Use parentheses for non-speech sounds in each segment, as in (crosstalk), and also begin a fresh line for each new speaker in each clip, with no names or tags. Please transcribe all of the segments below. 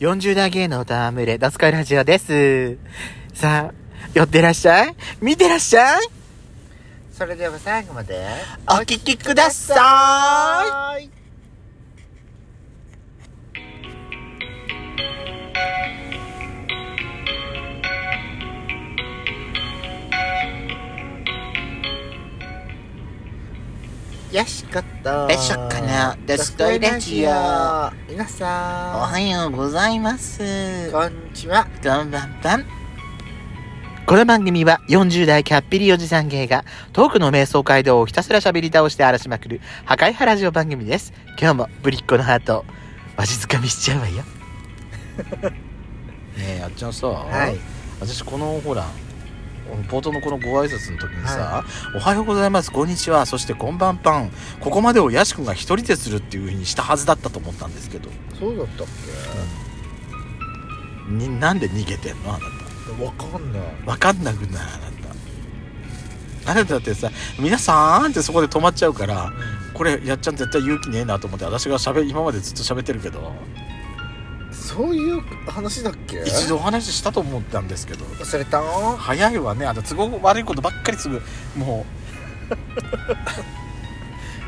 40代芸能歌群れ、ドスコイラジオです。さあ、寄ってらっしゃい見てらっしゃい
それでは最後まで
お聞きくださ
いよしこと
よしこのドスコイラジオ
皆さん
おはようございます。
こんにちは
こんばんばん。この番組は40代キャッピリおじさん芸がトークの瞑想街道をひたすら喋り倒して荒らしまくる破壊派ラジオ番組です。今日もぶりっ子のハートをわしづかみしちゃうわよ。
ねえあっちゃんさ、
はい
私このほら冒頭のこのご挨拶の時にさ「おはようございますこんにちはそしてこんばんぱんここまでをやしくんが一人でする」っていうふうにしたはずだったと思ったんですけど
そうだったっ
になんで逃げてんのあな
けわかんない
た分かんなくないあなたあなただってさ「皆さん」ってそこで止まっちゃうからこれやっちゃん絶対勇気ねえなと思って私がしゃべ今までずっと喋ってるけど
そういう話だっけ
一度お話ししたと思ったんですけど
忘れた
早いわねあの都合悪いことばっかりすぐも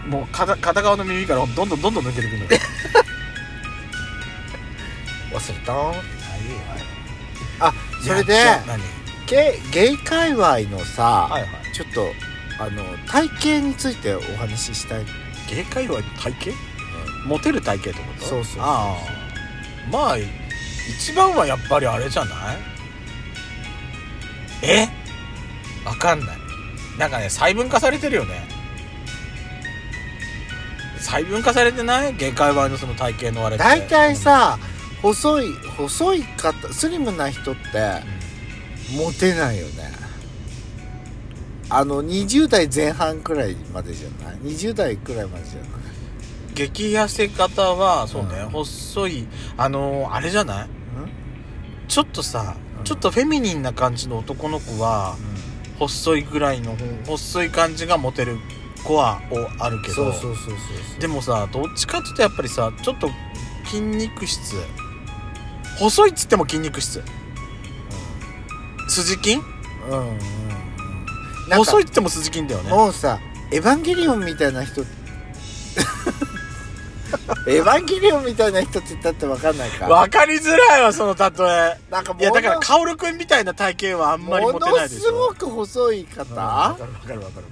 うもう片片側の耳からどんどんどんどん抜けてくるのよ
忘れたあ
早い
そ
わ
れで
いやちょ何
ゲゲイ界隈のさ、
はいはい
ちょっとあの体型についてお話ししたい
芸界は体型、モテる体型ってこと
そうそうそうそう
ああまあ一番はやっぱりあれじゃないえわかんないなんかね細分化されてるよね細分化されてない芸界隈のその体型のあれって
大体さ細い細い方スリムな人ってモテないよねあの20代前半くらいまでじゃない20代くらいまでじゃない
激痩せ方はそうね、
うん
細いあのーあれじゃないちょっとさ、
うん
ちょっとフェミニンな感じの男の子は細いぐらいの細い感じがモテる子はおあるけど
そうそうそうそうそう
でもさどっちかっていうとやっぱりさちょっと筋肉質細いっつっても筋肉質筋筋
うんうんうんなんか
細いっつっても筋筋だよね
もうさ「エヴァンゲリオン」みたいな人 (laughs) エヴァンゲリオンみたいな人って言ったって分かんないか
わかりづらいわその例え
なんかも
いやだからカオルくんみたいな体型はあんまりモ
も
テな
の
いですしょ
ごく細い方
わかるわかるわかる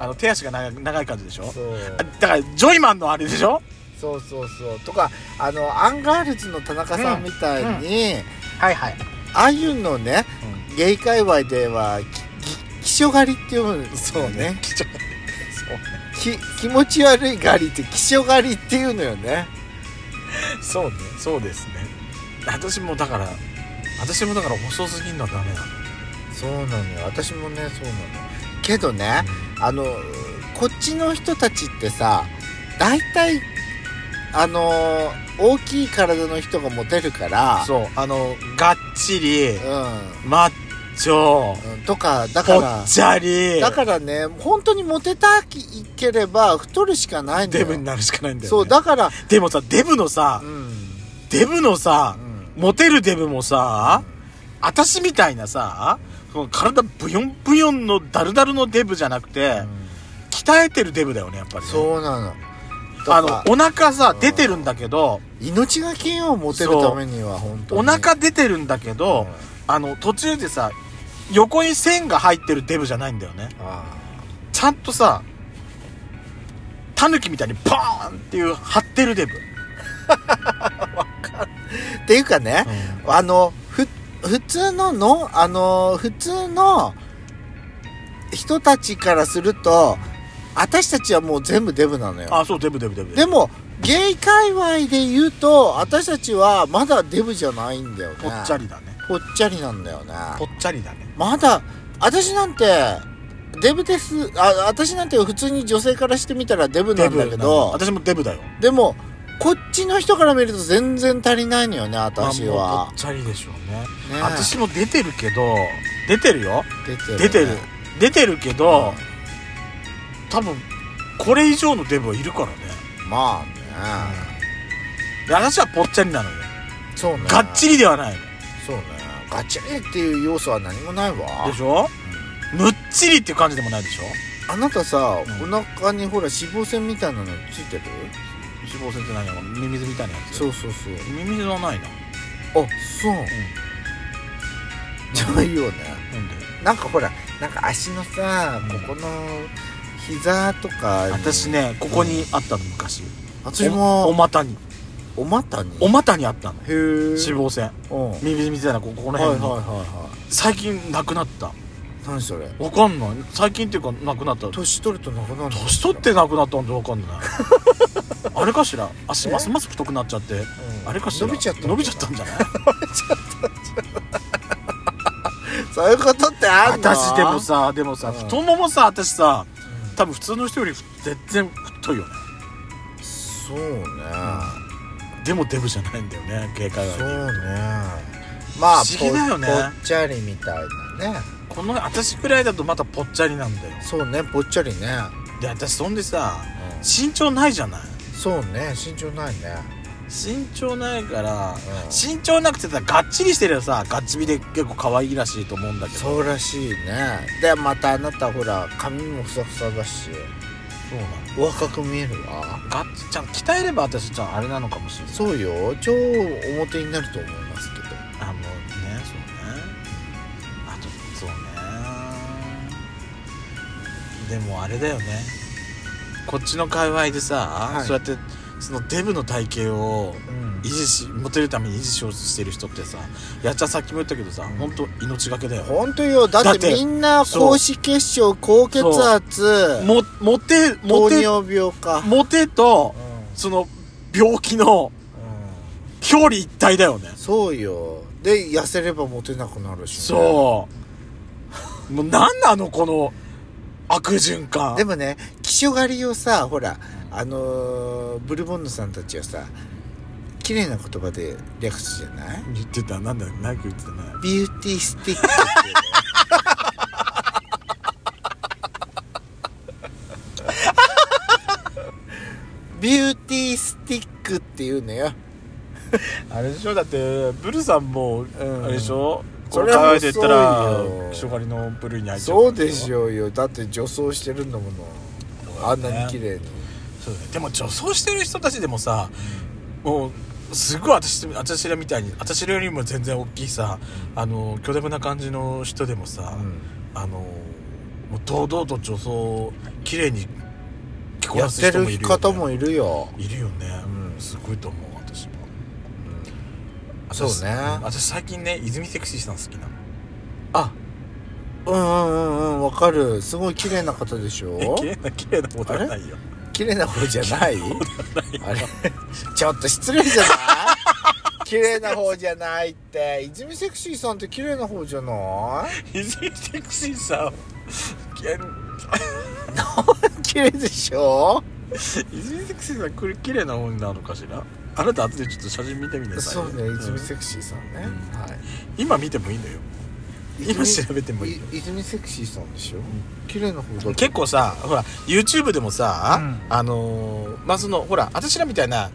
あの手足が長い長い感じでしょ
そう
あだからジョイマンのあれでしょ
そうそうそうとかあのアンガールズの田中さんみたいに、
はいはい
ああいうのね、ゲイ界隈ではきき気象狩りって呼ぶんですよね
貴重そうね
き気持ち悪い狩りって気象狩りっていうのよね
そうねそうですね私もだから私もだから細すぎるのはダメなの
そうなのよ私もねそうなのけどねあのこっちの人たちってさ大体あの大きい体の人がモテるから
そうあのがっちり
う
マッチョ
ん、うん、とかだ
ぽ
から
っちゃり
だからね本当にモテたければ太るしかないんだ
デ
よ
ブになるしかないんだよ、ね、
そうだから
でもさデブのさ
うん
デブのさ
うん
モテるデブもさ私みたいなさその体ブヨンブヨンのダルダルのデブじゃなくて鍛えてるデブだよねやっぱりね
そうなの
あ
だ
の
か、ら
お腹さ
うん、
出てるんだけど、
命がけをモテるためには本当に
お腹出てるんだけ
と
ど、あの、途中でさ、横に線が入ってるデブじゃないんだよね。ちゃんとさ、タヌキみたいにポーンっていう張ってるデブ。
っていうかねあのふ普通ののあの普通の人たちからすると私たちはもう全部デブなのよ
あ、そう、デブデブデブ。
でもゲイ界隈で言うと私たちはまだデブじゃないんだよね
ぽっちゃりだね。
ぽっちゃりなんだよね
ぽっちゃりだね。
まだ私なんてデブですあ私なんて普通に女性からしてみたらデブなんだけ
の
ど
私もデブだよ。
でもこっちの人から見ると全然足りないのよね私
まあもう
は
ぽっ、ちゃりでしょうね。
ね
私も出てるけど、出てるよ。
出てる,、
出てる。出てるけど、多分、これ以上のデブはいるからね。
まあね
で私はぽっちゃりなのよ
そうね
がっちりではない
そうねがっちりっていう要素は何もないわ
でしょむっちりっていう感じでもないでしょ
あなたさ、
うん
お腹にほら脂肪腺みたいなのついてる
脂肪腺って何やろミミズみたいなやつ
そうそうそう
ミミズはないな
あそう、じゃあいいよね
なんで
なんかほらなんか足のさ
うん
ここの膝とかに
私ねここにあったの昔
私
おお
も
股に
お股に
お股にあったの
へえ脂
脂肪腺
うん
ミミズみたいなこここの
はいはい
辺
はい
に
は
最近なくなった
い何それ
わかんない最近っていうかなくなった
年取るとなくなるの
年取ってなくなったんでわかん
(laughs)
ないあれかしら足ますます太くなっちゃって
うん
あれかしら
伸びちゃったの
伸びちゃったんじゃない
そういうことってあんの
私でもさでもさ
うん
太ももさ私さ
うん
多分普通の人より全然太いよね
そうね
でもデブじゃないんだよね警戒
そう
は
ねまあ
不思議だよね
ぽぽっちゃりみたいなね
この私くらいだとまたぽっちゃりなんだよ
そうねぽっちゃりね
で私そんでさ
うん
身長ないじゃない
そうね身長ないね
身長ないから、
うん
身長なくてさがっちりしてるさガッチビで結構可愛いらしいと思うんだけど
そうらしいねでまたあなたほら髪もふさふさだし
そうなの
若く見えるわ
ガッチちゃん鍛えれば私ちゃんあれなのかもしれない
そうよ超表になると思いますけど
あのねそうねあとそうねでもあれだよねこっちの界隈でさ、
い
そうやってそのデブの体型を
うん
維持しモテるために維持しようとしてる人ってさやっちゃんさっきも言ったけどさ、ほんと命がけだよ
本当よだ
だ
っ
って
てみんな
そう
高脂血症高血圧
もモテモ
糖
テ
尿病か
モテと
うん
その病気の
う
表裏一体だよね
んそうよで痩せればモテなくなるし、ね、
そうもう何なのこの悪循環
でもね気象狩りをさほらあのーブルボンヌさんたちはさ綺麗な言葉で略すじゃない
言ってたなんだ何か言ってたね
ビューティースティックっていうのビューティースティックっていうのよ
あれでしょだってブルさんも、
ん
あれでしょ
そ
こ
れ
れ
は
考えてったら
そうよ
気象狩りの部類に入っちゃう
そうでし
よ
ょうよだって女装してるんだものあんなに綺麗に
そうだねでも女装してる人たちでもさもうすごい私私らみたいに私らよりも全然大きいさあの巨大な感じの人でもさ、
うん
あのもう堂々と女装綺麗に着こ
や
な
っ
す
て
人も
る
いるよ、ね、
方もいるよ
いるよね、
うん
すごいと思う私も
そうね
私私最近ね泉セクシーさん好きなの
あうんうんうんうんわかるすごい綺麗な方でしょ
え綺麗な綺麗なことはないよ
綺麗な方じゃないあれちょっと失礼じゃない綺麗な方じゃないって泉セクシーさんって綺麗な方じゃな
泉セクシーさんいや
い綺麗でしょ
泉セクシーさんこれ綺麗な方になるのかしらあなた後でちょっと写真見てみなさい
そ
よ
うね
ん
泉セクシーさんね、
うん
はい
今見てもいいんだよ今
泉
調べてもいいよ
い泉セクシーさんでしょ綺麗な方だと
結構さほら YouTube でもさ、
うん
あのーまあそのほら私らみたいな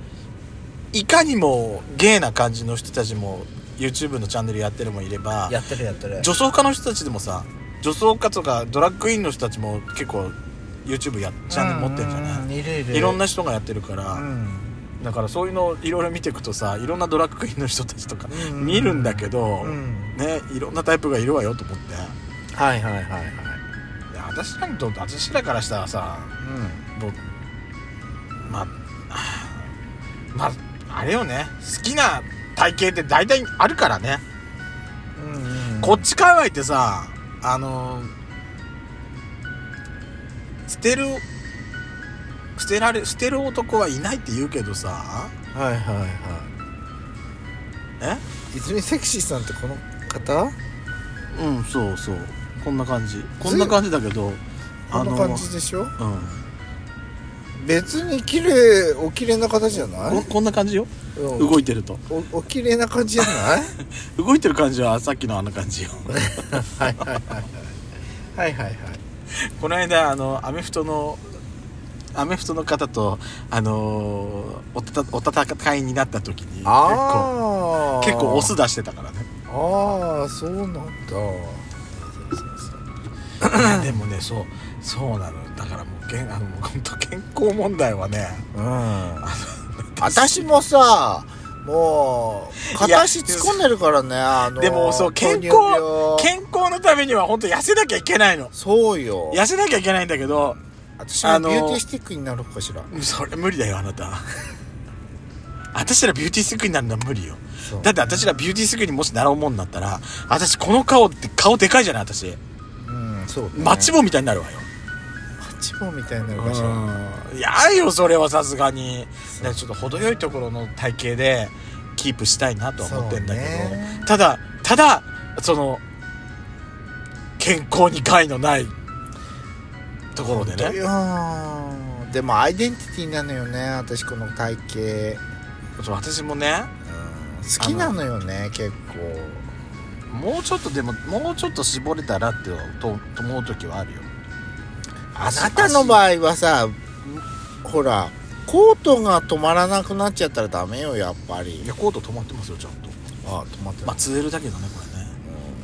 いかにもゲイな感じの人たちも YouTube のチャンネルやってるもいれば
やってるやってる
女装家の人たちでもさ女装家とかドラッグインの人たちも結構 YouTube やチャンネル持ってるじゃ
う
なん
いるいる
いいろんな人がやってるから、
うん
だからそういうのいろいろ見ていくとさいろんなドラッグインの人たちとか
うんうん
見るんだけど、
うん
ねいろんなタイプがいるわよと思って
はいはいはいはい
いや私らにとって私らからしたらさもうまあはあまああれよね好きな体型って大体あるからね、
うんうんうん
こっち界隈ってさあのー捨てる捨てられ捨てる男はいないって言うけどさ
はいはいはい
え
泉セクシーさんってこの方
うんそうそうこんな感じ
こんな感
じだけど
こんな感じでしょ
うん
別に綺麗お綺麗な方じゃない、
こんな感じよ
うん
いてると
おお綺麗な感じじ (laughs) ゃない
動いてる感じはさっきのあんな感じよ
はいはいはいはいはいはいはい
この間あのアメフトのアメフトの方とあのーおたたお戦いになった時に結構
あ
結構オス出してたからね
ああそうなんだ
いやでもねそうそうなのだからもうけんあのもう本当健康問題はね
うん私もさもう片足突っ込んでるからねあの
でもそう健康
糖尿病
健康のためには本当痩せなきゃいけないの
そうよ
痩せなきゃいけないんだけど
私も
あの
ビューティースティックになるかしら
それ無理だよあなた (laughs) 私らビューティースティックになるのは無理よ
そう
だって私らビューティースティックにもし習うもんなったら私この顔って顔でかいじゃない私
うんそうね
マッチ棒みたいになるわよ
マッチ棒みたいになるかしら
いやよそれはさすがに
そ
だ
う
からちょっと程よいところの体型でキープしたいなとは思ってんだけど、
そうね
ただただその健康に害のないところで
い
ね
やーでもアイデンティティなのよね私この体型うん
そう私もね
好きなのよね結構
もうちょっとでももうちょっと絞れたらってとと思う時はあるよ
あなたの場合はさほらコートが止まらなくなっちゃったらダメよやっぱり
いやコート止まってますよちゃんと
あ止まって
まあ
ます、
2L だけどねこれね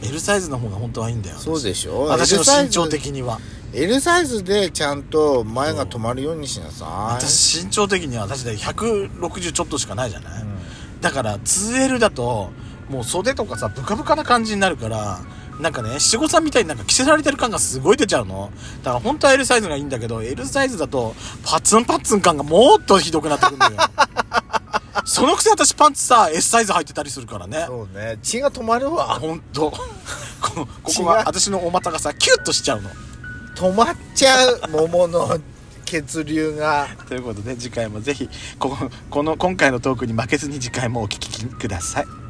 う
L サイズの方が本当はいいんだよ
んそうでしょ
私の
L サイ
身
ズ
長的には
L サイズでちゃんと前が止まるようにしなさい
私身長的には私で160ちょっとしかないじゃない、
うん
だから 2L だともう袖とかさブカブカな感じになるからなんかね七五三みたいになんか着せられてる感がすごい出ちゃうのだから本当は L サイズがいいんだけど L サイズだとパツンパツン感がもっとひどくなってくるん
(laughs)
だよそのくせ私パンツさ S サイズ履いてたりするからね
そうね血が止まる
あ
わ
本
(laughs)
当こここ
違
こ
う
が私のお股がさキュッとしちゃうの
止まっちゃう桃の血流が
ということで次回もぜひこここの今回のトークに負けずに次回もお聞きください